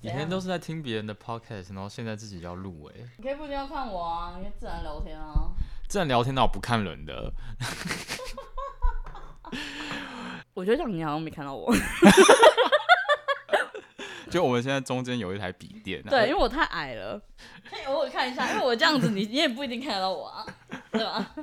以前都是在听别人的 podcast，然后现在自己要录哎、你可以不一定要看我啊，你可以自然聊天啊。这样聊天那我不看人的，我觉得这样你好像没看到我，就我们现在中间有一台笔电、啊，对，因为我太矮了，可以偶尔看一下，因为我这样子你你也不一定看得到我啊，对吧？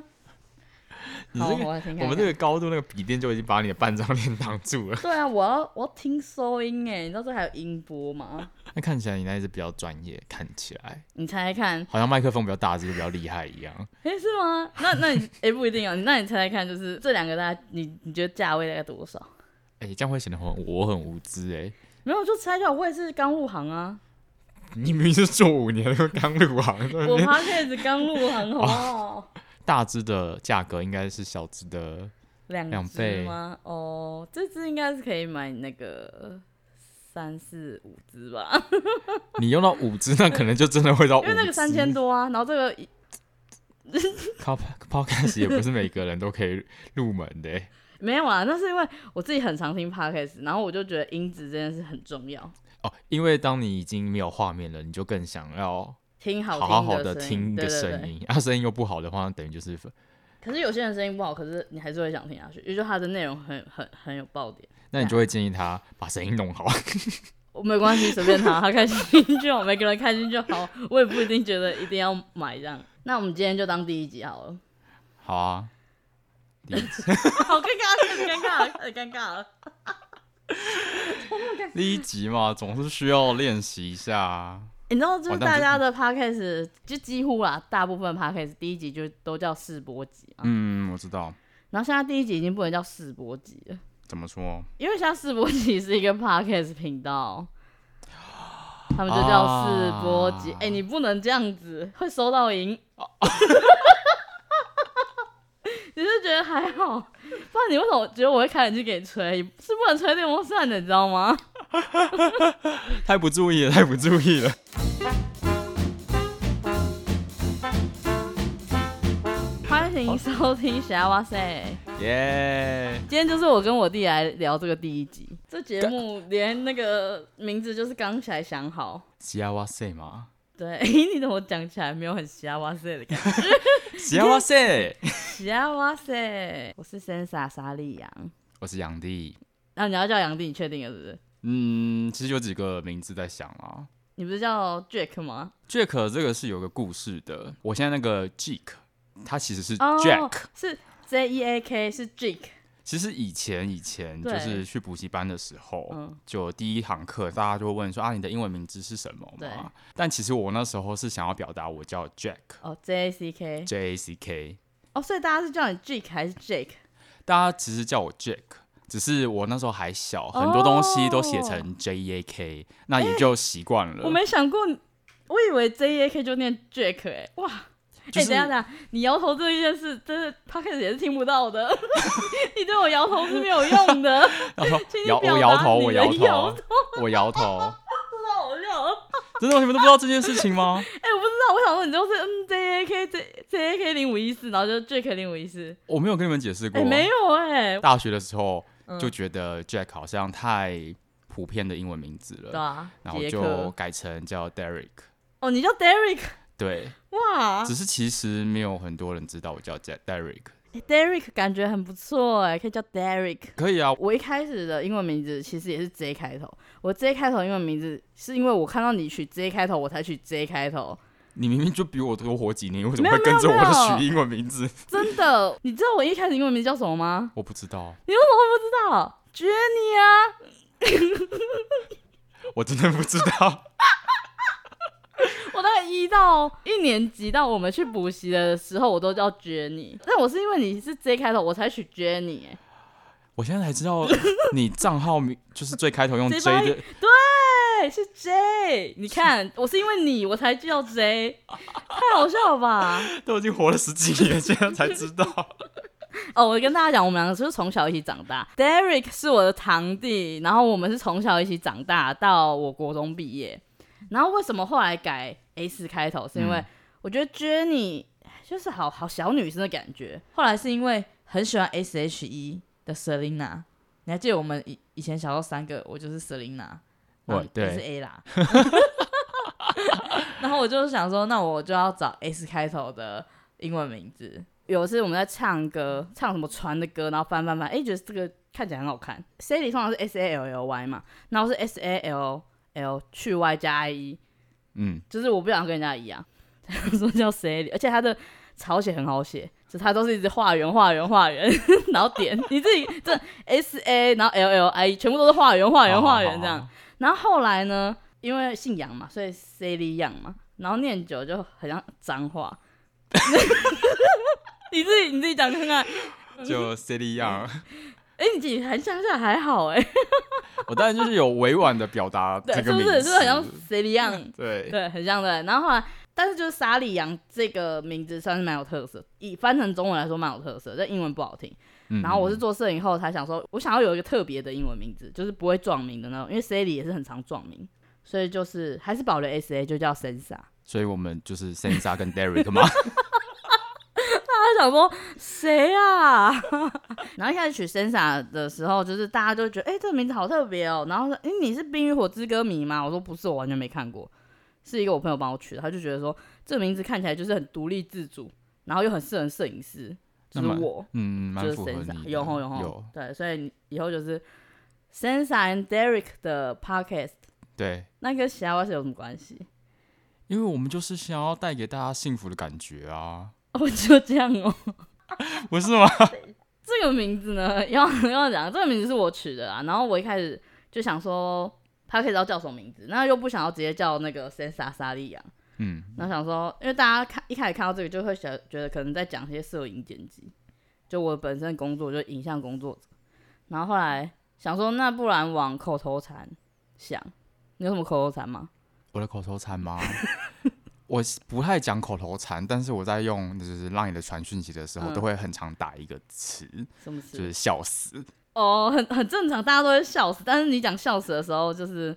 你好，这个哦我来听看看。我们这个高度那个笔电就已经把你的半张脸挡住了， 对啊，我要我要听收音哎，你知道这还有音波吗？那看起来你那一只比较专业，看起来你猜猜看，好像麦克风比较大只比较厉害一样。哎、是吗？那那你哎、不一定啊，那你猜猜看，就是这两个大家你你觉得价位大概多少？哎、这样会显得很我很无知哎、没有，就猜一下，我也是刚入行啊，你明明是做五年的刚入行，在那我边 podcast 刚入行，好不好？大只的价格应该是小只的两两只倍吗？哦，这只应该是可以买那个三四五只吧，你用到五支，那可能就真的哦会到五 因为那个三千多啊，然后这个一，Pod Podcast 也不是每个人都可以入门的、欸。没有啊，那是因为我自己很常听 podcast，然后我就觉得音质这件事很重要，哦，因为当你已经没有画面了，你就更想要听好好好好的听听一的个声声音对对对。音，啊，声音又不好的话，那等于就是分。可是有些人声音不好，可是你还是会想听下去，因为就它的内容很很很有爆点。那你就会建议他把声音弄好。 我没关系，随便他，他开心就好，每个人开心就好。我也不一定觉得一定要买这样。那我们今天就当第一集好了。 好啊，第一集好尴尬，很尴尬，很尴尬了。第一集嘛，总是需要练习一下啊。你知道，就是完蛋大家的 podcast 就几乎啦，大部分 podcast 第一集就都叫试播集嘛。嗯，我知道然后现在第一集已经不能叫试播集了，怎么说。因为现在试播集是一个 podcast 频道，他们就叫试播集。哎、啊你不能这样子，会收到银。 你是觉得还好，不然你为什么觉得我会开冷气给你吹？是不能吹电风扇的，你知道吗？太不注意了，太不注意了。欢迎收听《霞哇塞》。 耶、今天就是我跟我弟来聊这个第一集，这节目连那个名字就是刚才想好。喜亚哇塞嘛，对， 你怎么讲起来没有很瞎哇塞的感觉？喜亚哇塞，瞎哇塞，我是 Sensa 沙利杨。 我是杨弟。那、你要叫杨弟，你确定了是不是？嗯，其实有几个名字在想啊。你不是叫 Jack 吗？ Jack 这个是有个故事的。我现在那个 Jack，他其实是 Jack。哦是 J E A K 是 Jake。其实以前以前对就是去补习班的时候，嗯就第一堂课大家就会问说啊，你的英文名字是什么对嘛？但其实我那时候是想要表达我叫 Jack。哦，J A C K。 J A C K，哦，所以大家是叫你 Jake 还是 Jake？大家其实叫我 Jack，只是我那时候还小，很多东西都写哦成 J A K，、那也就习惯了。我没想过你，我以为 J E A K 就念 Jack 哎、哇！就哎、是等一下等一下，你摇头这一件事，真是他开始也是听不到的。 你对我摇头是没有用的，然后请你摇表我摇达头，你我的摇摇头，我摇头。好笑。真的，你们都不知道这件事情吗？ 哎、我不知道，我想说你就是嗯 J A K J J A K 零五一四，然后就 Jack 零五一四。我没有跟你们解释过。哎、没有哎、大学的时候嗯就觉得 Jack 好像太普遍的英文名字对了，啊，然后杰就克。改成叫 Derek。哦，你叫 Derek 对，哇、只是其实没有很多人知道我叫 Jack Derek。哎 d e r e k 感觉很不错哎、可以叫 Derek。可以啊，我一开始的英文名字其实也是 J 开头，我 J 开头的英文名字是因为我看到你取 J 开头，我才取 J 开头。你明明就比我多活几年，为什没么有会跟着没我有没有取英文名字？真的， 你知道我一开始英文名叫什么吗？我不知道，你为什么会不知道？Jenny 啊，我真的不知道。 我大概一到一年级到我们去补习的时候，我都叫 Jenny。但我是因为你是 J 开头，我才取 Jenny 欸、我现在才知道你账号名就是最开头用 J J 吧的，对，是 J。你 看，我是因为你我才叫 J，太好笑了吧？都已经活了十几年，现在才知道。 哦，我跟大家讲，我们两个就是从小一起长大。Derek 是我的堂弟，然后我们是从小一起长大到我国中毕业。然后为什么后来改 S 开头？是因为嗯我觉得 Jenny 就是好好小女生的感觉。后来是因为很喜欢 S H E 的 Selina，你还记得我们以以前小时候三个，我就是 Selina。然我后也是对 A 啦。 然后我就想说，那我就要找 S 开头的英文名字。有一次我们在唱歌，唱什么船的歌，然后翻翻翻，哎、觉得这个看起来很好看。Sally 通常是 S A L L Y 嘛，然后是 S A L L 去 Y 加 I E，嗯，就是我不想跟人家一样， 说叫 Sally，而且他的草写很好写，就他都是一直画圆画圆画圆， 然后点你自己这 S A 然后 L L I E，全部都是画圆画圆画圆这样。哦好。好好然后后来呢，因为姓杨嘛，所以 Sally 杨嘛，然后念久就很像脏话。 你自己你自己讲看看，好 就 City Young， 哎、你自己还想想还好哎、我当然就是有委婉的表达对，这是个不名字，是是不是很像 Sally 杨？对，对，很像的。然后后来，但是就是沙里扬这个名字算是蛮有特色，以翻成中文来说蛮有特色，但英文不好听。嗯然后我是嗯做摄影后才想说，我想要有一个特别的英文名字，就是不会撞名的那种，因为 Sally 也是很常撞名，所以就是还是保留 S A，就叫 Sensa。所以我们就是 Sensa 跟 Derek 嘛，他想说谁啊？ 然后一开始取 Sensa 的时候，就是大家就觉得，哎、这个名字好特别哦。然后说，哎、你是《冰与火之歌》迷吗？我说不是，我完全没看过，是一个我朋友帮我取的。他就觉得说，这个名字看起来就是很独立自主，然后又很适合摄影师，就那是蛮我，嗯，就蛮是符合你的 Sensa，，有吼有吼有，，对，所以你以后就是 Sensa and Derek 的 podcast，对，那跟其他 s 有什么关系？因为我们就是想要带给大家幸福的感觉啊， 哦，就这样哦。不是吗？这个名字呢， 要要讲，这个名字是我取的啊。然后我一开始就想说，他可以知道叫什么名字，那又不想要直接叫那个 Sensa 沙利亚。嗯，然后想说，因为大家看一开始看到这个，就会想觉得可能在讲一些摄影剪辑，就我本身工作就影像工作者。然后后来想说，那不然往口头禅想，你有什么口头禅吗？我的口头禅吗？ 我是不太讲口头禅，但是我在用就是让你的传讯息的时候，嗯都会很常打一个词，什么就是词？笑死。哦，很很正常，大家都会笑死。但是你讲笑死的时候，就是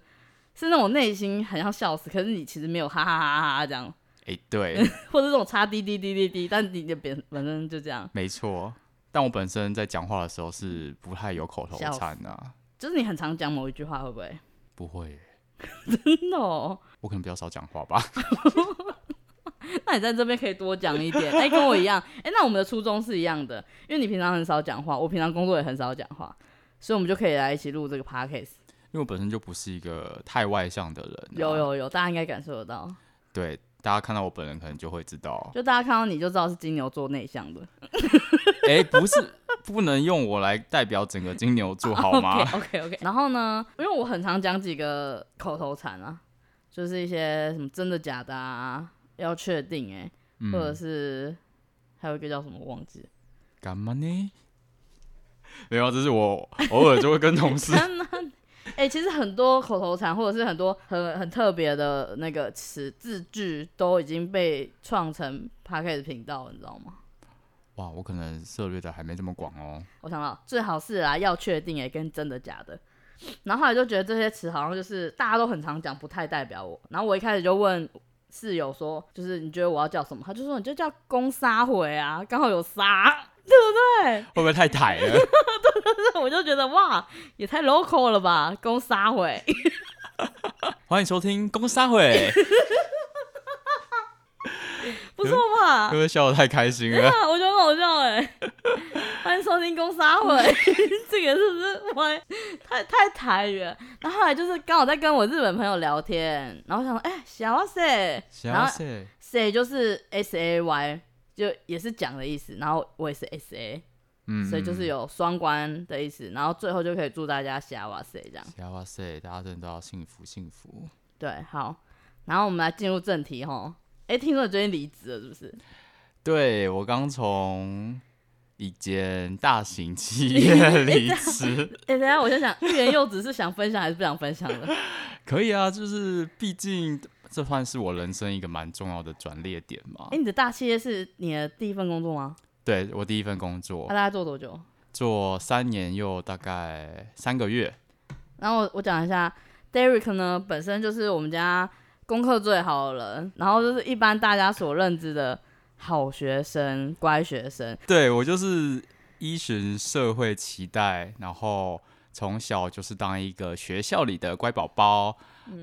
是那种内心很像笑死，可是你其实没有哈哈哈哈哈这样。哎、 对，或者这种叉滴滴滴滴滴，但你的别反正就这样，没错。但我本身在讲话的时候是不太有口头禅的、啊，就是你很常讲某一句话，会不会？ 不会，真的哦，我可能比较少讲话吧。那你在这边可以多讲一点。哎、跟我一样，哎、那我们的初衷是一样的，因为你平常很少讲话，我平常工作也很少讲话，所以我们就可以来一起录这个 podcast。因为我本身就不是一个太外向的人、啊有，有有，大家应该感受得到，，对，大家看到我本人可能就会知道就大家看到你就知道是金牛座内向的。哎、不是，不能用我来代表整个金牛 座好吗 OK OK OK。然后呢，因为我很常讲几个口头禅啊，就是一些什么真的假的啊，要确定哎、或者嗯，是还有一个叫什么我忘记了。 干嘛呢？没有啊，这是我偶尔就会跟同事，真的。哎、其实很多口头禅或者是很多很很特别的那个词字句都已经被创成 p a c k a g e 频道了，你知道吗？哇，我可能涉猎的还没这么广哦。我想到最好是啊，要确定哎、跟真的假的。然后后来就觉得这些词好像就是大家都很常讲，不太代表我。然后我一开始就问室友说，就是你觉得我要叫什么？他就说你就叫公杀回啊，刚好有杀， 对会不会太抬了？ 不对？我就觉得哇，也太 local 了吧，公杀回。 欢迎收听《公沙会》，不错吧？会不会笑得太开心了？啊，我觉得很好笑哎、欢迎收听《公杀会》，这个是不是我太太台语了？然后后来就是刚好在跟我日本朋友聊天，然后想说，哎、小谁，然小后谢，谁就是 S A Y，就也是讲的意思，然后我也是 S A，、嗯所以就是有双关的意思，然后最后就可以祝大家小哇塞这样。嗯小哇塞，大家真的都要幸福幸福。对，好，然后我们来进入正题吼。哎、听说你最近离职了是不是？对我刚从一间大型企业离职，哎、等一下我就想，欲言又止是想分享还是不想分享的？可以啊，就是毕竟这算是我人生一个蛮重要的转捩点嘛哎、。你的大企业是你的第一份工作吗？对我第一份工他、作大概做多久？做三年又大概三个月，然后我我讲一下，Derek 呢，本身就是我们家功课最好的人，然后就是一般大家所认知的好学生、乖学生。对我就是依循社会期待，然后从小就是当一个学校里的乖宝宝、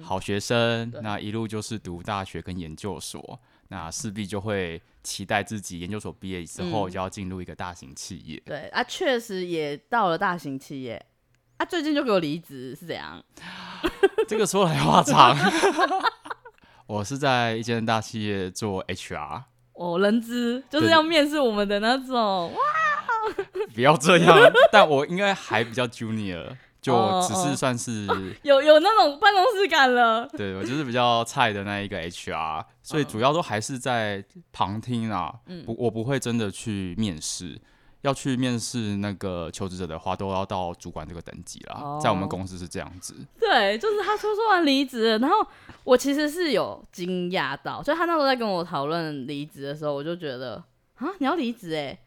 好学生，嗯对那一路就是读大学跟研究所，那势必就会期待自己研究所毕业之后嗯就要进入一个大型企业。对啊，确实也到了大型企业啊，最近就给我离职是怎样？这个说来话长。 我是在一间大企业做 HR，哦，人资就是对要面试我们的那种，哇不要这样。但我应该还比较 junior，就哦只是算是、有有那种办公室感了。对我就是比较菜的那一个 HR，所以嗯主要都还是在旁听啊。不，我不会真的去面试。要去面试那个求职者的话，都要到主管这个等级啦。在我们哦公司是这样子， 对，就是他说说完离职了，然后我其实是有惊讶到，就他那时候在跟我讨论离职的时候，我就觉得啊，你要离职哎，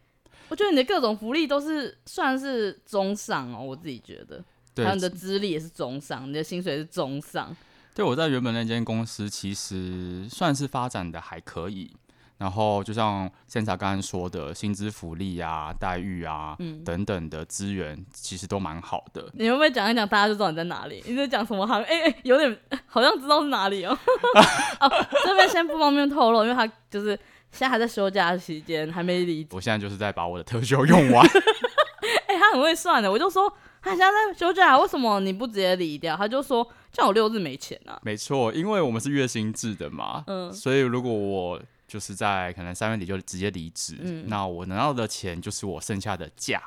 我觉得你的各种福利都是算是中上哦，我自己觉得，对还有，你的资历也是中上，你的薪水是中上，对，我在原本那间公司其实算是发展的还可以，然后就像 s a 刚刚说的，薪资福利啊、待遇啊、嗯等等的资源，其实都蛮好的。你会不会讲一讲，大家就知道你在哪里？你在讲什么行？哎、哎、有点好像知道是哪里哦。 哦，这边先不方便透露，因为他就是现在还在休假期间，还没离职。我现在就是在把我的特休用完， 哎、他很会算的，我就说他现在在休假，啊为什么你不直接离掉？他就说这样我六日没钱啊。没错，因为我们是月薪制的嘛，嗯所以如果我就是在可能三月底就直接离职，嗯那我拿到的钱就是我剩下的假。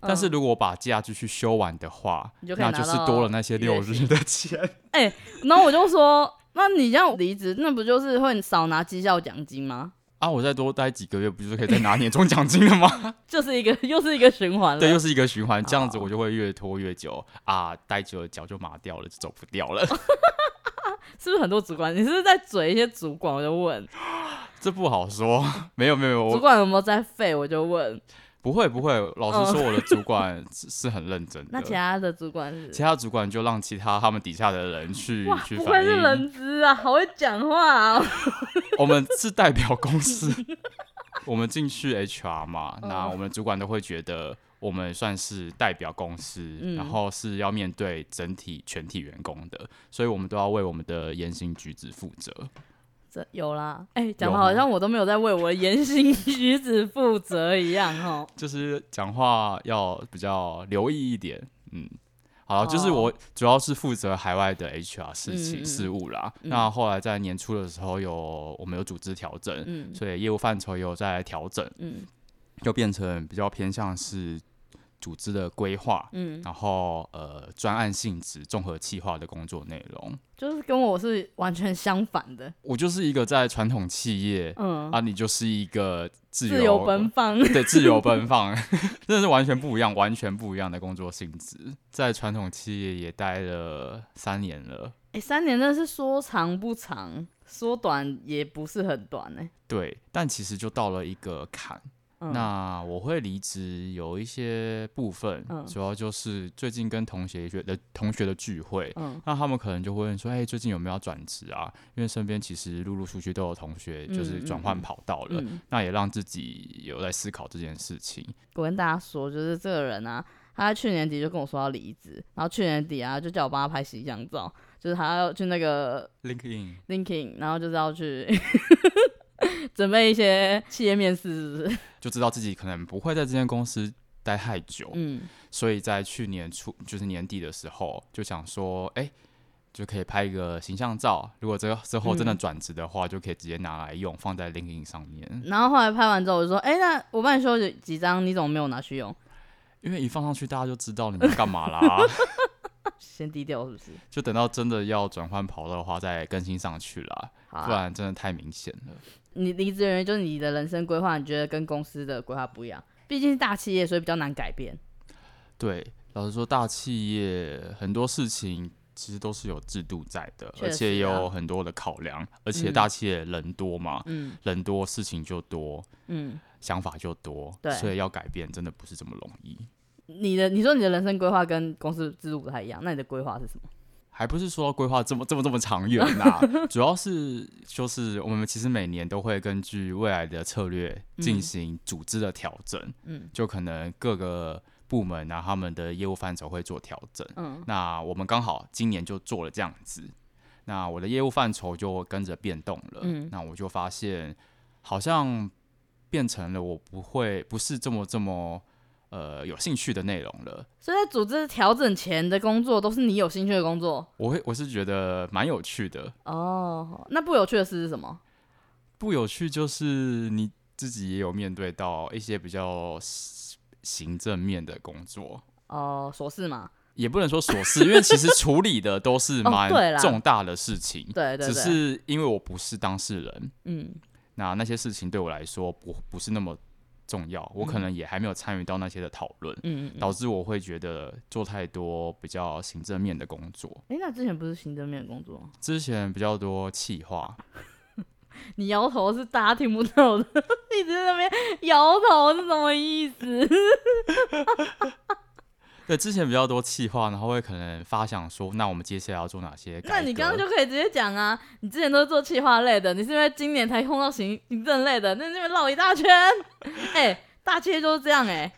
但是嗯如果我把假继续休完的话，你就可以那拿就是到多了那些六月日的钱。然后我就说，那你这样离职，那不就是会少拿绩效奖金吗？啊，我再多待几个月，不就是可以再拿年终奖金了 吗？就是一个又是一个循环了。对，又是一个循环，这样子我就会越拖越久啊，待久了脚就麻掉了，就走不掉了。 是不是很多主管？你是不是在嘴一些主管？我就问这不好说，没有没有，没有主我管有没有在废？我就问。不会不会，老实说，我的主管是是很认真嗯 那其的。他的主管是？其他主管就让其他他们底下的人去哇，去不愧反是映。人资啊，好会讲 话啊！ 我们是代表公司，我们进去 HR 嘛，嗯那我们主管都会觉得我们算是代表公司，嗯然后是要面对整体全体员工的，所以我们都要为我们的言行举止负责。这有啦，哎、有讲的吗好像我都没有在为我的言行举止负责一样哦。就是讲话要比较留意一点，嗯。好了，就是哦我主要是负责海外的 HR 事情、嗯嗯事务啦。嗯那后来在年初的时候有我们有组织调整，嗯所以业务范畴也有在调整，嗯就变成比较偏向是组织的规划，嗯，然后呃专案性质、综合企划的工作内容。就是跟我是完全相反的。我就是一个在传统企业、嗯，啊，你就是一个自由自由奔放。对，自由奔放， 真的是完全不一样，完全不一样的工作性质。在传统企业也待了三年了， 哎、三年真的是说长不长，说短也不是很短呢、欸对，但其实就到了一个坎。嗯、那我会离职有一些部分，嗯主要就是最近跟同学学的同学的聚会。嗯那他们可能就会问说：“哎、最近有没有要转职啊？”因为身边其实陆陆续续都有同学就是嗯嗯转嗯换跑道了，嗯，那也让自己有在思考这件事情。我跟大家说，就是这个人啊，他在去年底就跟我说要离职，然后去年底啊就叫我帮他拍形象照，哦就是他要去那个 LinkedIn， thinking，然后就是要去 准备一些企业面试，是不是？就知道自己可能不会在这间公司待太久，嗯所以在去年初就是年底的时候，就想说，哎、就可以拍一个形象照。如果这之后真的嗯转职的话，就可以直接拿来用，放在 LinkedIn 上面。然后后来拍完之后，我就说：“哎、那我帮你修几几张，你怎么没有拿去用？因为一放上去，大家就知道你们干嘛 啦。先低调是不是？就等到真的要转换跑道的话，再更新上去啦，好、不啊，然真的太明显了。你离职原因就是你的人生规划，你觉得跟公司的规划不一样，毕竟是大企业，所以比较难改变。对，老实说，大企业很多事情其实都是有制度在的，确而且实啊有很多的考量，而且嗯大企业人多嘛，嗯人多事情就多，嗯，想法就多，对所以要改变真的不是这么容易。你的你说你的人生规划跟公司制度不太一样，那你的规划是什么？还不是说规划这么这么这么长远 呐、主要是就是我们其实每年都会根据未来的策略进行组织的调整，嗯就可能各个部门啊，他们的业务范畴会做调整。嗯那我们刚好今年就做了这样子，那我的业务范畴就跟着变动了。嗯那我就发现好像变成了我不会不是这么这么呃有兴趣的内容了。所以在组织调整前的工作都是你有兴趣的工作我会我是觉得蛮有趣的，哦。那不有趣的事是什么？不有趣就是你自己也有面对到一些比较行政面的工作。哦、琐事嘛，也不能说琐事，因为其实处理的都是哦蛮对啦重大的事情，对对对，只是因为我不是当事人，嗯那那些事情对我来说不不是那么重要，我可能也还没有参与到那些的讨论，嗯嗯嗯。导致我会觉得做太多比较行政面的工作。哎、那之前不是行政面的工作吗？之前比较多企划，你摇头是大家听不到的， 一直在那边摇头是什么意思？对，之前比较多企划，然后会可能发想说，那我们接下来要做哪些改革？那你刚刚就可以直接讲啊！你之前都是做企划类的，你是因为今年才碰到行行政类的，那你那边绕一大圈。 哎、大切就是这样哎、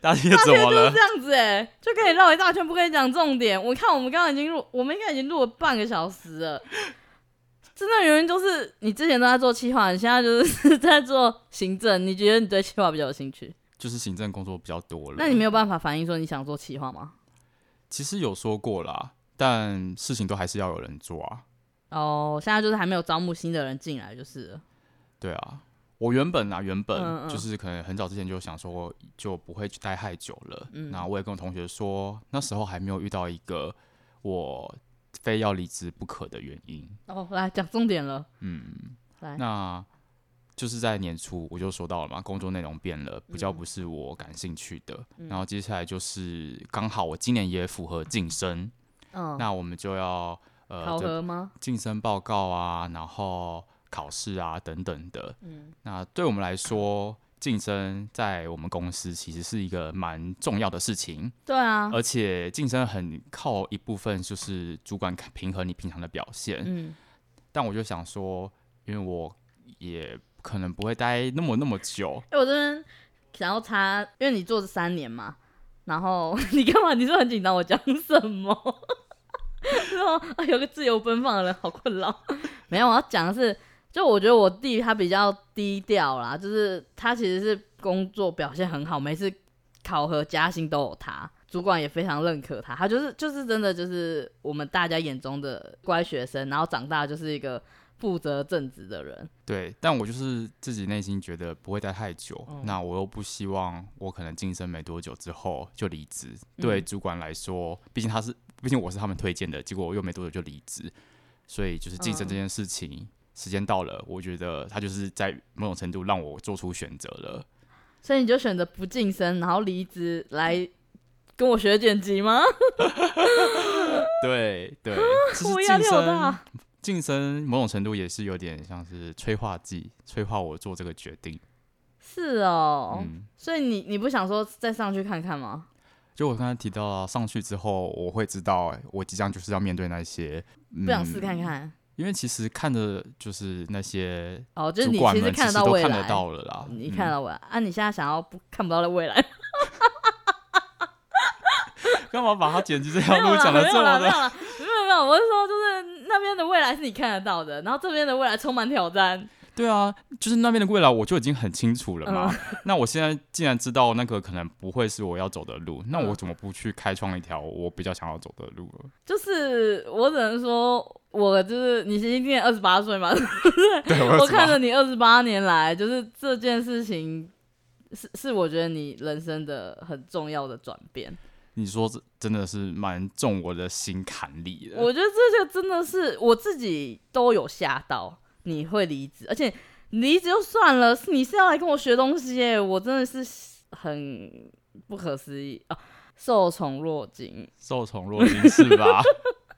大家大 怎切么就是了这？样子哎、就可以绕一大圈，不可以讲重点。我看我们刚刚已经录，我们应该已经录了半个小时了。真的原因就是你之前都在做企划，你现在就是 在做行政。你觉得你对企划比较有兴趣？就是行政工作比较多了。那你没有办法反映说你想做企划吗？其实有说过啦，但事情都还是要有人做啊。哦，现在就是还没有招募新的人进来，就是了对啊，我原本啊，原嗯本嗯就是可能很早之前就想说，就不会去待太久了。嗯那我也跟我同学说，那时候还没有遇到一个我非要离职不可的原因。哦，来讲重点了。嗯，来那就是在年初我就说到了嘛，工作内容变了，比嗯较不是我感兴趣的。然后接下来就是刚好我今年也符合晋升，嗯，那我们就要呃考这核吗？晋升报告啊，然后考试啊等等的。嗯，那对我们来说，晋升在我们公司其实是一个蛮重要的事情，对啊，而且晋升很靠一部分就是主管看平衡你平常的表现。嗯，但我就想说，因为我也可能不会待那么那么久，哎、我这边想要插，因为你做这三年嘛，然后你干嘛？你说很紧张，我讲什么？ 然后啊，有个自由奔放的人好困扰。 没有，我要讲的是，就我觉得我弟他比较低调啦，就是他其实是工作表现很好，每次考核加薪都有他，主管也非常认可他，他就是就是真的就是我们大家眼中的乖学生，然后长大就是一个负责正直的人。对，但我就是自己内心觉得不会待太久，哦那我又不希望我可能晋升没多久之后就离职。对嗯主管来说，毕竟他是，毕竟我是他们推荐的，结果我又没多久就离职，所以就是晋升嗯这件事情，时间到了，我觉得他就是在某种程度让我做出选择了。所以你就选择不晋升，然后离职来跟我学剪辑吗？对 对，其我实压晋力好升大。晋升某种程度也是有点像是催化剂，催化我做这个决定。是哦，嗯，所以你你不想说再上去看看吗？就我刚才提到啊上去之后，我会知道哎我即将就是要面对那些、嗯、不想试看，看？因为其实看着就是那些哦，就是主你管其实们其看得实到都未看来，得到了啦，你嗯看得到未来、啊？你现在想要不看不到的未来？干嘛把他剪 辑这没条有啦，路讲的没这有啦，么没有的？啦，没有没有，我是说就是那边的未来是你看得到的，然后这边的未来充满挑战。对啊，就是那边的未来我就已经很清楚了嘛。嗯那我现在既然知道那个可能不会是我要走的路，那嗯我怎么不去开创一条我比较想要走的路了？ 就是我只能说，我就是你今年二十八岁嘛，对，我我看着着你二十八年来，就是这件事情是是我觉得你人生的很重要的转变。你说这真的是蛮中我的心坎里的。我觉得这个真的是我自己都有吓到，你会离职，而且你离职就算了，是你是要来跟我学东西耶，我真的是很不可思议哦、受宠若惊。受宠若惊是吧？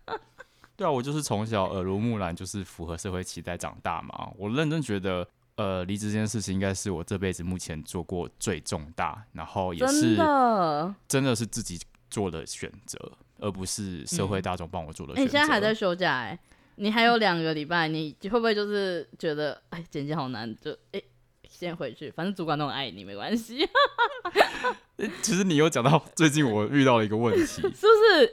对啊，我就是从小耳濡目染，就是符合社会期待长大嘛。我认真觉得，呃，离职这件事情应该是我这辈子目前做过最重大，然后也真是的，真的是自己做的选择，而不是社会大众帮我做的选哎、择。你现在还在休假哎、你还有两个礼拜，你会不会就是觉得哎，剪辑好难，就哎、先回去，反正主管都很爱你，没关系， 是其实你有讲到最近我遇到了一个问题，不是？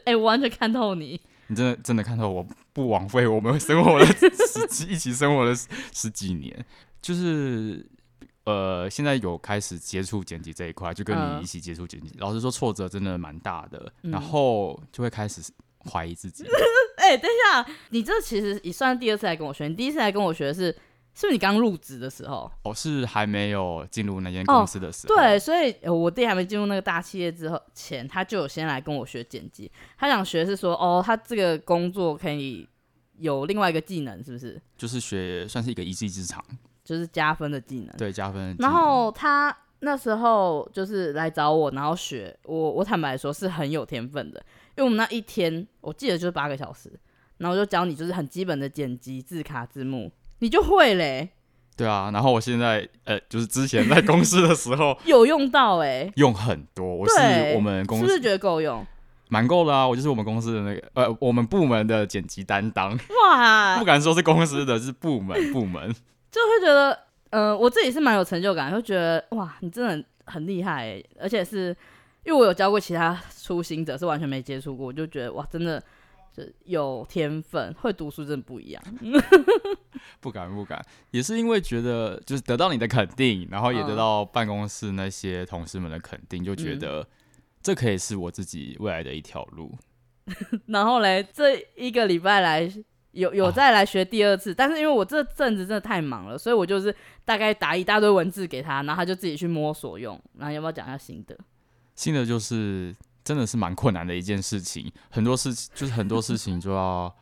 哎、我完全看透你。你真的真的看到我不枉费我们生活了十几 一起生活了十十几年，就是呃，现在有开始接触剪辑这一块，就跟嗯你一起接触剪辑。老实说，挫折真的蛮大的，嗯然后就会开始怀疑自己。 哎、等一下，你这其实也算第二次来跟我学，你第一次来跟我学的是是不是你刚入职的时候？我、是还没有进入那间哦公司的时候，对，，所以呃我弟还没进入那个大企业之后前，他就有先来跟我学剪辑。他想学是说，哦，他这个工作可以有另外一个技能，是不是？就是学算是一个一技之长，就是加分的技能。对加分的技能。然后他那时候就是来找我，然后学我，我坦白说是很有天分的，因为我们那一天我记得就是八个小时，然后我就教你就是很基本的剪辑、字卡、字幕，你就会嘞，对啊，然后我现在呃，就是之前在公司的时候 有用到哎、用很多，我是对我们公是不司是觉得够用？蛮够了啊，我就是我们公司的那个呃，我们部门的剪辑担当。哇不，敢说是公司的，是部门部门。哎就会觉得，呃，我自己是蛮有成就感，会觉得哇，你真的很很厉害欸，而且是因为我有教过其他初心者，是完全没接触过，我就觉得哇，真的。就有天分，会读书真的不一样。不敢不敢，也是因为觉得就是得到你的肯定，然后也得到办公室那些同事们的肯定，就觉得这可以是我自己未来的一条路。然后嘞，这一个礼拜来有有哦再来学第二次，但是因为我这阵子真的太忙了，所以我就是大概打一大堆文字给他，然后他就自己去摸索用。然后要不要讲一下心得？新的就是真的是蛮困难的一件事情，很多事情就是很多事情就要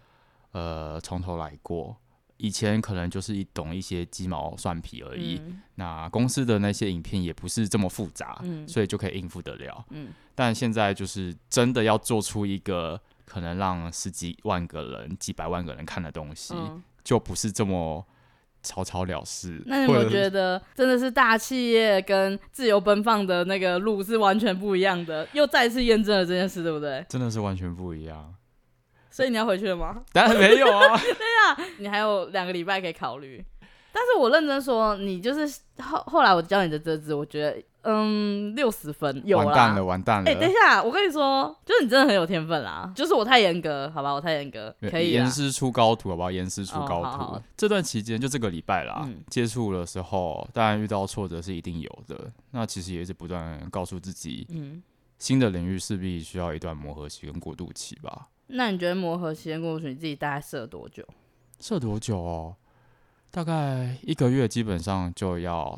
呃从头来过。以前可能就是一懂一些鸡毛蒜皮而已，嗯那公司的那些影片也不是这么复杂，嗯所以就可以应付得了。嗯但现在就是真的要做出一个可能让十几万个人、几百万个人看的东西，嗯，就不是这么草草了事。那你或有没者有觉得真的是大企业跟自由奔放的那个路是完全不一样的？又再次验证了这件事，对不对？真的是完全不一样？所以你要回去了吗？当然没有啊， 你还有两个礼拜可以考虑。但是我认真说，你就是后后来我教你的这支，我觉得嗯六十分有完啦蛋。了，完蛋了。哎、等一下，我跟你说，就是你真的很有天分啦，就是我太严格，好吧，我太严格，可以啦严。师出高徒，好不好？严师出哦高徒。好好这段期间就这个礼拜啦，嗯接触的时候，当然遇到挫折是一定有的。那其实也是不断告诉自己，嗯，新的领域势必需要一段磨合期跟过渡期吧。那你觉得磨合期间过去，你自己大概设多久？射多久哦？大概一个月，基本上就要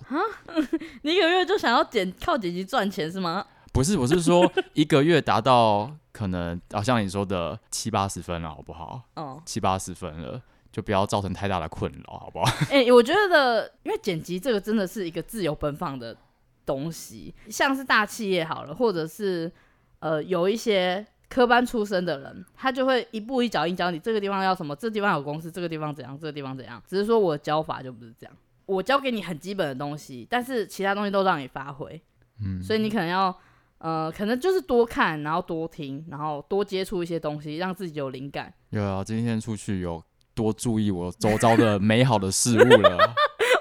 你一个月就想要剪靠剪辑赚钱是吗？不是，我是说一个月达到可能，啊，像你说的七八十分了，好不好？哦，七八十分了，就不要造成太大的困扰，好不好？哎、我觉得，因为剪辑这个真的是一个自由奔放的东西，像是大企业好了，或者是呃有一些科班出身的人，他就会一步一脚印教你这个地方要什么，这地方有公司，这个地方怎样，这个地方怎样。只是说我的教法就不是这样，我教给你很基本的东西，但是其他东西都让你发挥， 嗯，所以你可能要。呃，可能就是多看，然后多听，然后多接触一些东西，让自己有灵感。有啊，今天出去有多注意我周遭的美好的事物了。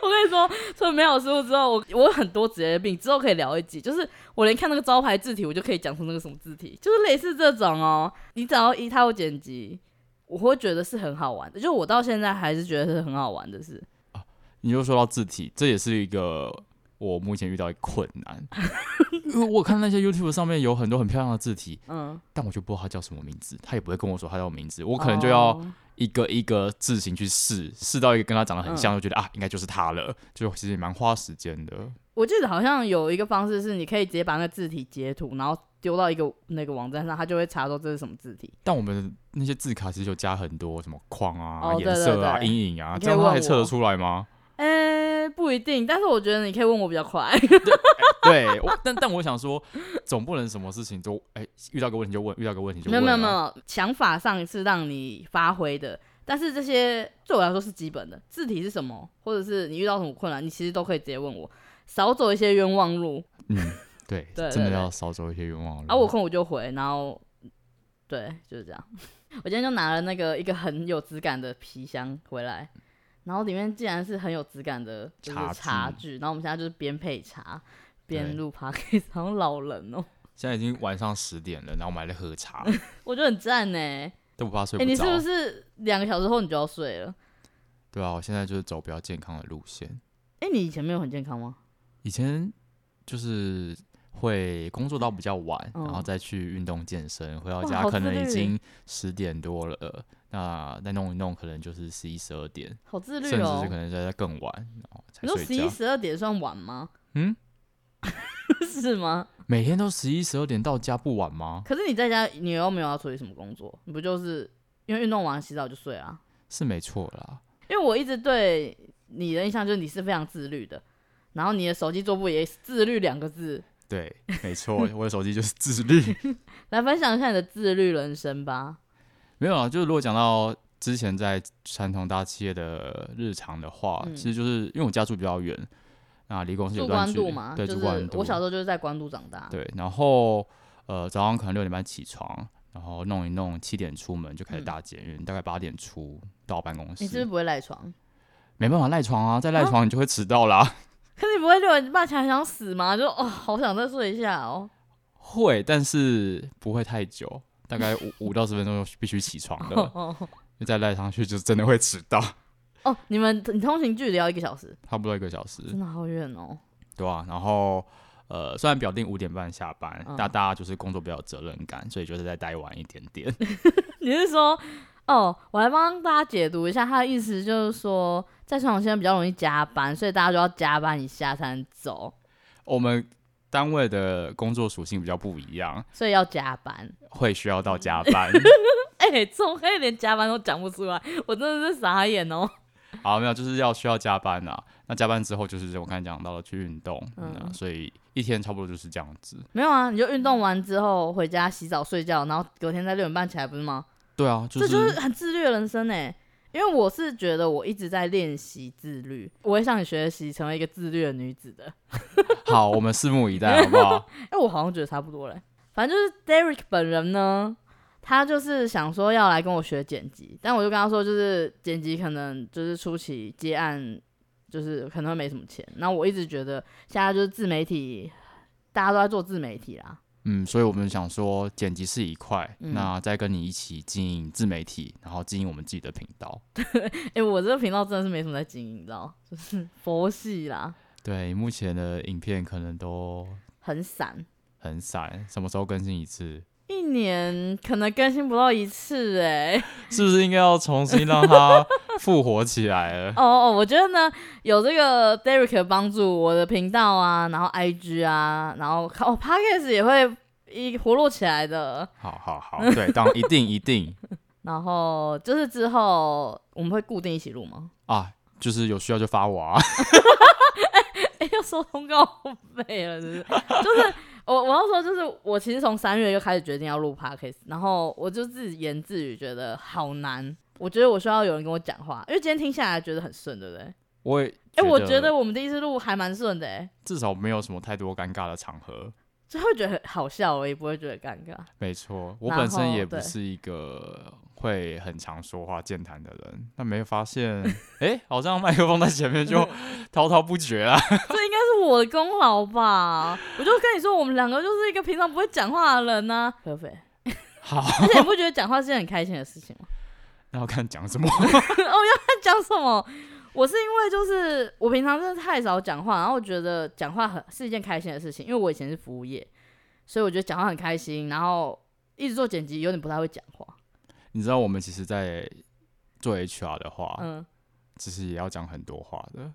我跟你说，除了美好事物之后，我我有很多职业病，之后可以聊一集。就是我连看那个招牌字体，我就可以讲出那个什么字体，就是类似这种哦。你只要一套剪辑，我会觉得是很好玩的。就我到现在还是觉得是很好玩的事。你就说到字体，这也是一个我目前遇到一个困难，因为我看那些 YouTube 上面有很多很漂亮的字体，嗯，但我就不知道它叫什么名字，他也不会跟我说它叫名字，我可能就要哦一个一个字形去试，试到一个跟它长得嗯很像，就觉得啊，应该就是它了，就其实也蛮花时间的。我记得好像有一个方式是，你可以直接把那个字体截图，然后丢到一个那个网站上，它就会查说这是什么字体。但我们那些字卡其实有加很多什么框啊、哦对颜色啊、对对阴影啊，你这可以样它还问测我得出来吗？ 哎、不一定，但是我觉得你可以问我比较快。对，我但但我想说，总不能什么事情都哎、遇到个问题就问，遇到个问题就没问、有啊。没有没有，想法上是让你发挥的，但是这些对我来说是基本的。字体是什么，或者是你遇到什么困难，你其实都可以直接问我，少走一些冤枉路。嗯，对，对真的对要少走一些冤枉路。啊，我有空我就回，然后 对，就是这样。我今天就拿了那个一个很有质感的皮箱回来，然后里面竟然是很有质感的，就是茶茶具具。然后我们现在就是边配茶边对录 podcast，好像老人哦、现在已经晚上十点了，然后我们还在喝 茶，我觉得很赞呢、欸。都不怕睡哎、不着。你是不是两个小时后你就要睡了？对啊，我现在就是走比较健康的路线。哎、你以前没有很健康吗？以前就是会工作到比较晚，然后嗯再去运动健身，回到哇家好可自能已律经十点多了，那再弄一弄可能就是十一、十二点，好自甚律至哦、是可能在在更晚，然后才你说十睡一觉。十二点算晚吗？嗯， 是吗？每天都十一、十二点到家不晚吗？可是你在家，你又没有要处理什么工作，你不就是因为运动完洗澡就睡啊？是没错啦，因为我一直对你的印象就是你是非常自律的，然后你的手机桌布也是“自律”两个字，对，没错，我的手机就是自律。 来分享一下你的自律人生吧。没有啊，就是如果讲到之前在传统大企业的日常的话，嗯其实就是因为我家住比较远，啊，离公司有住段关距离渡嘛，，对，就住是关渡。我小时候就是在关渡长大。对，然后呃早上可能六点半起床，然后弄一弄，七点出门就开始嗯搭捷运，大概八点出到办公室。你是不是不会赖床？ 没办法赖床啊，再赖床你就会迟到啦。 可是你不会六点半起来想死吗？就哦，好想再睡一下哦。会，但是不会太久，大概五五到十分钟就必须起床哦 的，哦你再赖上去就真的会迟到，哦，你们你通行距离要一个小时，差不多一个小时。真的好远哦。 对啊，然后呃，虽然表定五点半下班，嗯但大家就是工作比较有责任感，所以就是再待晚一点点。 你是说，哦，我来帮大家解读一下，他的意思就是说，在传统现在比较容易加班，所以大家就要加班一下才能走，我们单位的工作属性比较不一样，所以要加班。会需要到加班。哎、这种可以连加班都讲不出来，我真的是傻眼哦。好，没有，就是要需要加班啊。那加班之后就是我刚才讲到了去运动，嗯、嗯所以一天差不多就是这样子。 没有啊，你就运动完之后回家洗澡睡觉，然后隔天再六点半起来，不是吗？对啊，就是这就是很自律的人生哎。因为我是觉得我一直在练习自律，我会向你学习成为一个自律的女子的。好，我们拭目以 待，好不好？哎、我好像觉得差不多嘞。反正就是 Derek 本人呢，他就是想说要来跟我学剪辑，但我就跟他说，就是剪辑可能就是初期接案，就是可能会没什么钱。那我一直觉得现在就是自媒体，大家都在做自媒体啦，嗯，所以我们想说，剪辑是一块，嗯那再跟你一起经营自媒体，然后经营我们自己的频道。哎、我这个频道真的是没什么在经营，你知道，就是佛系啦，对，目前的影片可能都很散。很散，什么时候更新一次？一年可能更新不到一次哎、是不是应该要重新让它复活起来 了？哦哦，我觉得呢，有这个 Derek 的帮助，我的频道啊，然后 IG 啊，然后哦 Podcast 也会一活络起来的。好好好，对，当一定一定然后就是之后我们会固定一起录吗？ 啊，就是有需要就发我啊。哎，要收通告费了，是 不是？就是我我要说，就是我其实从三月就开始决定要录 Podcast，然后我就自己言自语觉得好难，我觉得我需要有人跟我讲话，因为今天听下来觉得很顺，对不对？我也，哎，我觉得我们第一次录还蛮顺的，哎，至少没有什么太多尴尬的场合。就会觉得很好笑而已，不会觉得尴尬。没错，我然本身后也不对是一个会很常说话健谈的人，但没发现，哎、好像麦克风在前面 就滔滔不绝啊。 这应该是我的功劳吧？我就跟你说，我们两个就是一个平常不会讲话的人呐、啊。合肥，好，而且你不觉得讲话是件很开心的事情吗？ 那我看讲什么？在讲什么？我是因为就是我平常真的太少讲话，然后我觉得讲话很是一件开心的事情，因为我以前是服务业，所以我觉得讲话很开心，然后一直做剪辑有点不太会讲话。你知道我们其实，在做 HR 的话，嗯，其实也要讲很多话的。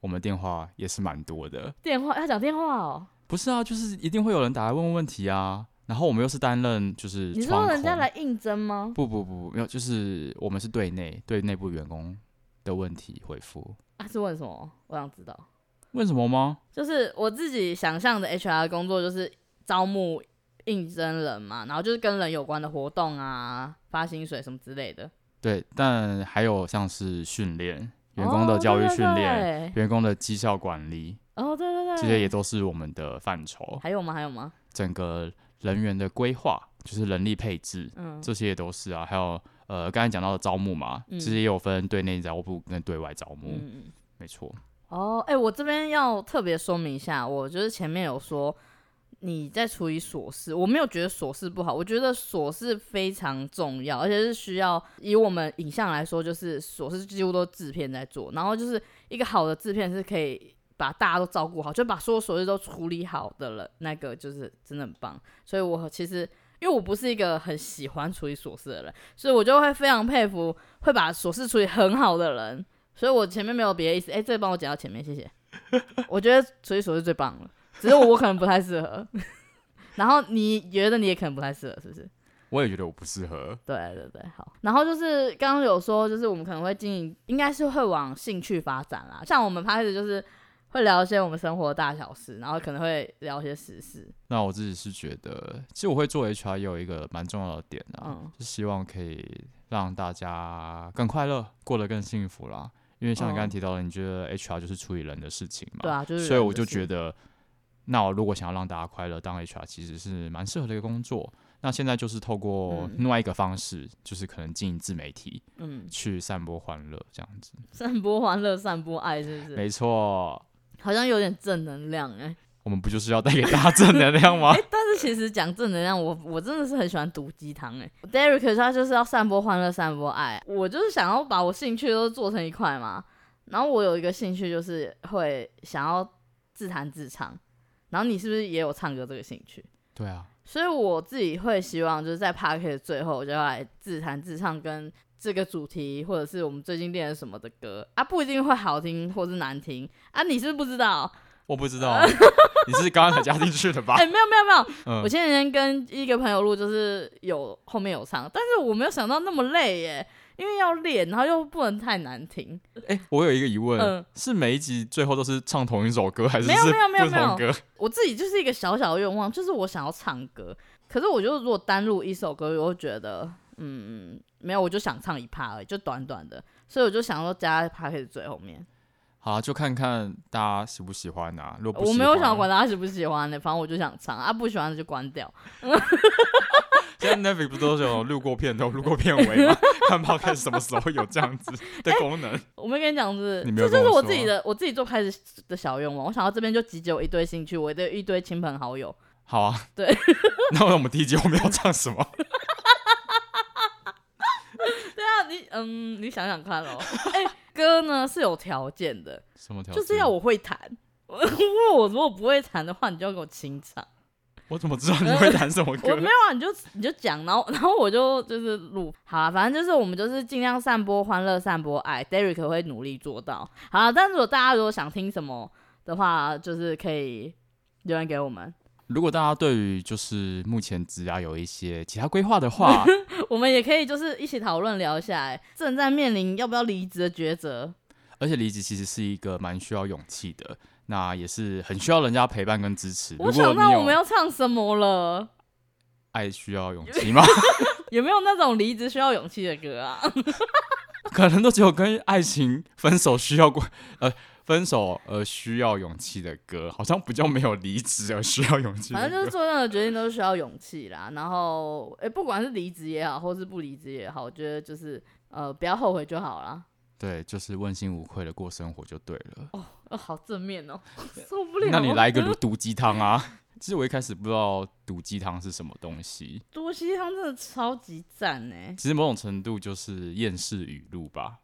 我们电话也是蛮多的，电话要讲电话哦。不是啊，就是一定会有人打来问问题啊。然后我们又是担任就是你窗说人家口来应征 吗？不不不没有，就是我们是对内对内部员工的问题回复。他、啊是问什么？我想知道。为什么吗？就是我自己想象的 HR 工作就是招募应征人嘛，然后就是跟人有关的活动啊，发薪水什么之类的，对，但还有像是训练员工哦的教育训练、练，员工的绩效管理，哦对对对，这些也都是我们的范畴。还有吗？还有吗？整个人员的规划，就是人力配置，嗯，这些也都是啊。还有呃，刚才讲到的招募嘛，嗯其实也有分对内招募跟对外招募，嗯嗯。没错。哦，哎、我这边要特别说明一下，我就是前面有说你在处理琐事，我没有觉得琐事不好，我觉得琐事非常重要，而且是需要以我们影像来说，就是琐事几乎都是制片在做，然后就是一个好的制片是可以把大家都照顾好，就把所有琐事都处理好的了，那个就是真的很棒。所以我其实。因为我不是一个很喜欢处理琐事的人，所以我就会非常佩服会把琐事处理很好的人。所以我前面没有别的意思。哎、这个帮我剪到前面，谢谢。 我觉得所以所是最棒了，只是我可能不太适合。 然后你觉得你也可能不太适合，是不是？我也觉得我不适合，对对对，好。然后就是刚刚有说，就是我们可能会经营，应该是会往兴趣发展啦。像我们开始就是会聊一些我们生活的大小事，然后可能会聊一些时事。那我自己是觉得，其实我会做 HR 也有一个蛮重要的点啊，嗯就希望可以让大家更快乐，过得更幸福啦。因为像你刚才哦提到的，你觉得 HR 就是处理人的事情嘛，对啊，就是所以我就得。觉得，那我如果想要让大家快乐，当 HR 其实是蛮适合的一个工作。那现在就是透过嗯另外一个方式，就是可能经营自媒体嗯，去散播欢乐，这样子。散播欢乐，散播爱，是不是？没错，好像有点正能量哎、我们不就是要带给大家正能量吗？ 但是其实讲正能量，我我真的是很喜欢毒鸡汤哎。Derek 他就是要散播欢乐，散播爱。我就是想要把我兴趣都做成一块嘛。然后我有一个兴趣就是会想要自弹自唱，然后你是不是也有唱歌这个兴趣？对啊，所以我自己会希望就是在 p a r k 的最后，我就要来自弹自唱跟这个主题，或者是我们最近练的什么的歌啊，不一定会好听或是难听啊，你是不是不知道？我不知道 啊，你是刚刚才加进去的吧哎、？没有没有没有，嗯，我前几天跟一个朋友录，就是有后面有唱，但是我没有想到那么累耶，因为要练，然后又不能太难听。哎，我有一个疑问嗯，是每一集最后都是唱同一首歌，还是没有是没有没有不同歌？我自己就是一个小小的愿望，就是我想要唱歌，可是我就如果单录一首歌，我就觉得嗯没有，我就想唱一趴而已，就短短的，所以我就想说加在 p a 最后面。好啊，就看看大家喜不喜欢啊。如果不我喜没有欢想 管大家喜不喜欢的，反正我就想唱啊，不喜欢的就关掉。现在 Netflix 不都是有录过片头、录过片尾 吗？看 Podcast 什么时候有这样子的哎功能？我没跟你讲，就是你没有这跟就我说啊是我自己的，我自己做开始的小愿望。我想到这边就集结我一堆兴趣，我的一堆亲朋好友，好啊，对。 那我们第一集我们要唱 什么？那你嗯，你想想看咯。哎、 歌呢是有条件的，什么条就是要我会弹。因为我如 果不会弹的话，你就要给我清唱。我怎么知道你会弹什么歌 我？没有啊，你就你就讲，然后 然后我就就是录。好啊，反正就是我们就是尽量散播欢乐，散播爱。Derek 会努力做到。好啊，但如果大家如果想听什么的话，就是可以留言给我们，如果大家对于就是目前职涯有一些其他规划的 话，我们也可以就是一起讨论聊一下、哎正在面临要不要离职的抉择。而且离职其实是一个蛮需要勇气的，那也是很需要人家陪伴跟支持。我如果想你到我们有要唱什么了。爱需要勇气吗？ 有没有那种离职需要勇气的歌啊？可能都只有跟爱情分手需要过呃分手而需要勇气的歌，好像比较没有离职而需要勇气的歌。反正就是做任何决定都是需要勇气啦。然后，诶、不管是离职也好，或是不离职也好，我觉得就是呃，不要后悔就好啦。对，就是问心无愧的过生活就对了。哦，好正面哦， 受不了。那你来一个毒毒鸡汤啊！ 其实我一开始不知道毒鸡汤是什么东西，多西汤真的超级赞哎！其实某种程度就是厌世语录吧。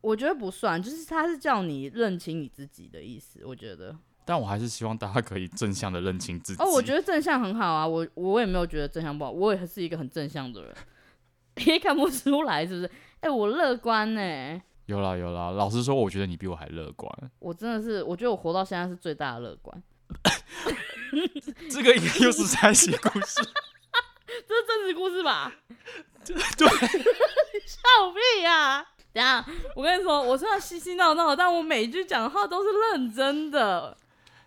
我觉得不算，就是他是叫你认清你自己的意思。我觉得但我还是希望大家可以正向的认清自己。哦，我觉得正向很好啊，我我也没有觉得正向不好，我也是一个很正向的人， 也看不出来是不是？诶、我乐观哎、有啦有啦。老实说，我觉得你比我还乐观。我真的是，我觉得我活到现在是最大的乐观。这个应该又是在写故事。 这是真实故事 吧？对， 笑屁啊呀、等一下，我跟你说，我虽然嘻嘻闹闹，但我每一句讲的话都是认真的。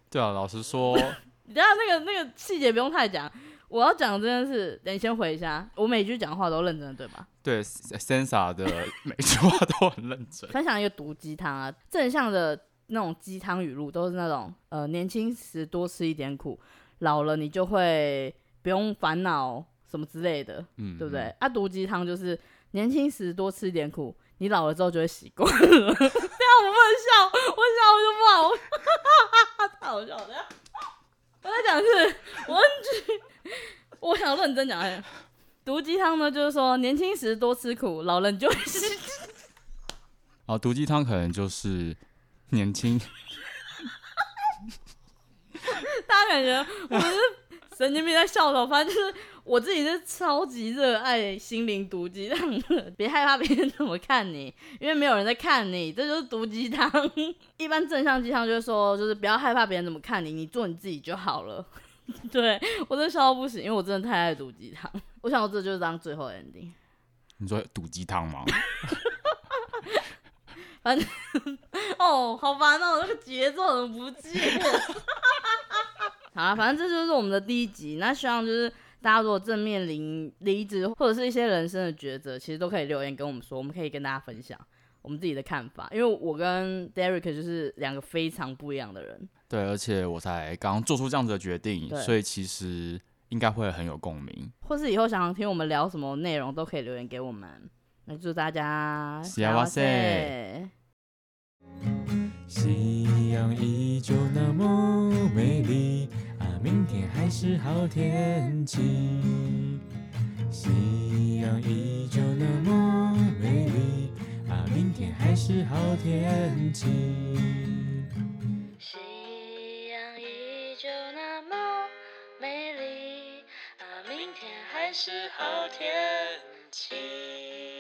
对啊，老实说，等一下那个那个细节不用太讲，我要讲的真的是，等你先回一下，我每一句讲话都认真的，对吧？对 Sensa 的每句话都很认真。分享一个毒鸡汤啊，正向的那种鸡汤语录都是那种，呃，年轻时多吃一点苦，老了你就会不用烦恼什么之类的。嗯，对不对？？啊，毒鸡汤就是年轻时多吃一点苦，你老了之后就会习惯了。这 啊样我不能笑，我笑我就 不好，太好笑了。等一下我在讲是文具，我想认真讲哎。毒鸡汤呢，就是说年轻时多吃苦，老了你就会习啊，毒鸡汤可能就是年轻，大家感觉我是神经病在笑什么？反正就是我自己是超级热爱心灵毒鸡汤的，别害怕别人怎么看你，因为没有人在看你，这就是毒鸡汤。 一般正向鸡汤就是说，就是不要害怕别人怎么看你，你做你自己就好了。 对我真的笑到不行，因为我真的太爱毒鸡汤。我想我这就是当最后的 ending。你说毒鸡汤吗？哦，好烦哦，这个节奏怎么不记？ 好啦，反正这就是我们的第一集。那希望就是大家如果正面临离职或者是一些人生的抉择，其实都可以留言跟我们说，我们可以跟大家分享我们自己的看法。因为我跟 Derek 就是两个非常不一样的人。对，而且我才刚做出这样子的决定对，所以其实应该会很有共鸣。或是以后想听我们聊什么内容，都可以留言给我们。那祝大家幸せ！夕阳依旧那么美丽啊，明天还是好天气。夕阳依旧那么美丽啊，明天还是好天气。夕阳依旧那么美丽，啊，明天还是好天气。